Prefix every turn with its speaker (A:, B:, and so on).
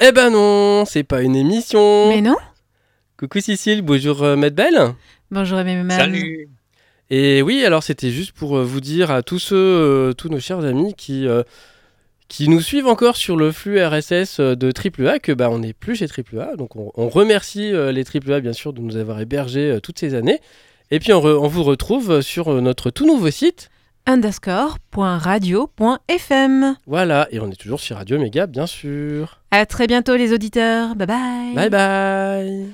A: Eh ben non, c'est pas une émission.
B: Mais non
A: Coucou Cécile, bonjour euh, Maître Belle.
B: Bonjour MMM.
C: Salut
A: Et oui, alors c'était juste pour euh, vous dire à tous ceux, euh, tous nos chers amis qui, euh, qui nous suivent encore sur le flux RSS euh, de AAA que bah, on n'est plus chez AAA. Donc on, on remercie euh, les AAA bien sûr de nous avoir hébergés euh, toutes ces années. Et puis on, re- on vous retrouve sur euh, notre tout nouveau site.
B: Underscore.radio.fm.
A: Voilà, et on est toujours sur Radio Méga bien sûr.
B: À très bientôt les auditeurs. Bye bye.
A: Bye bye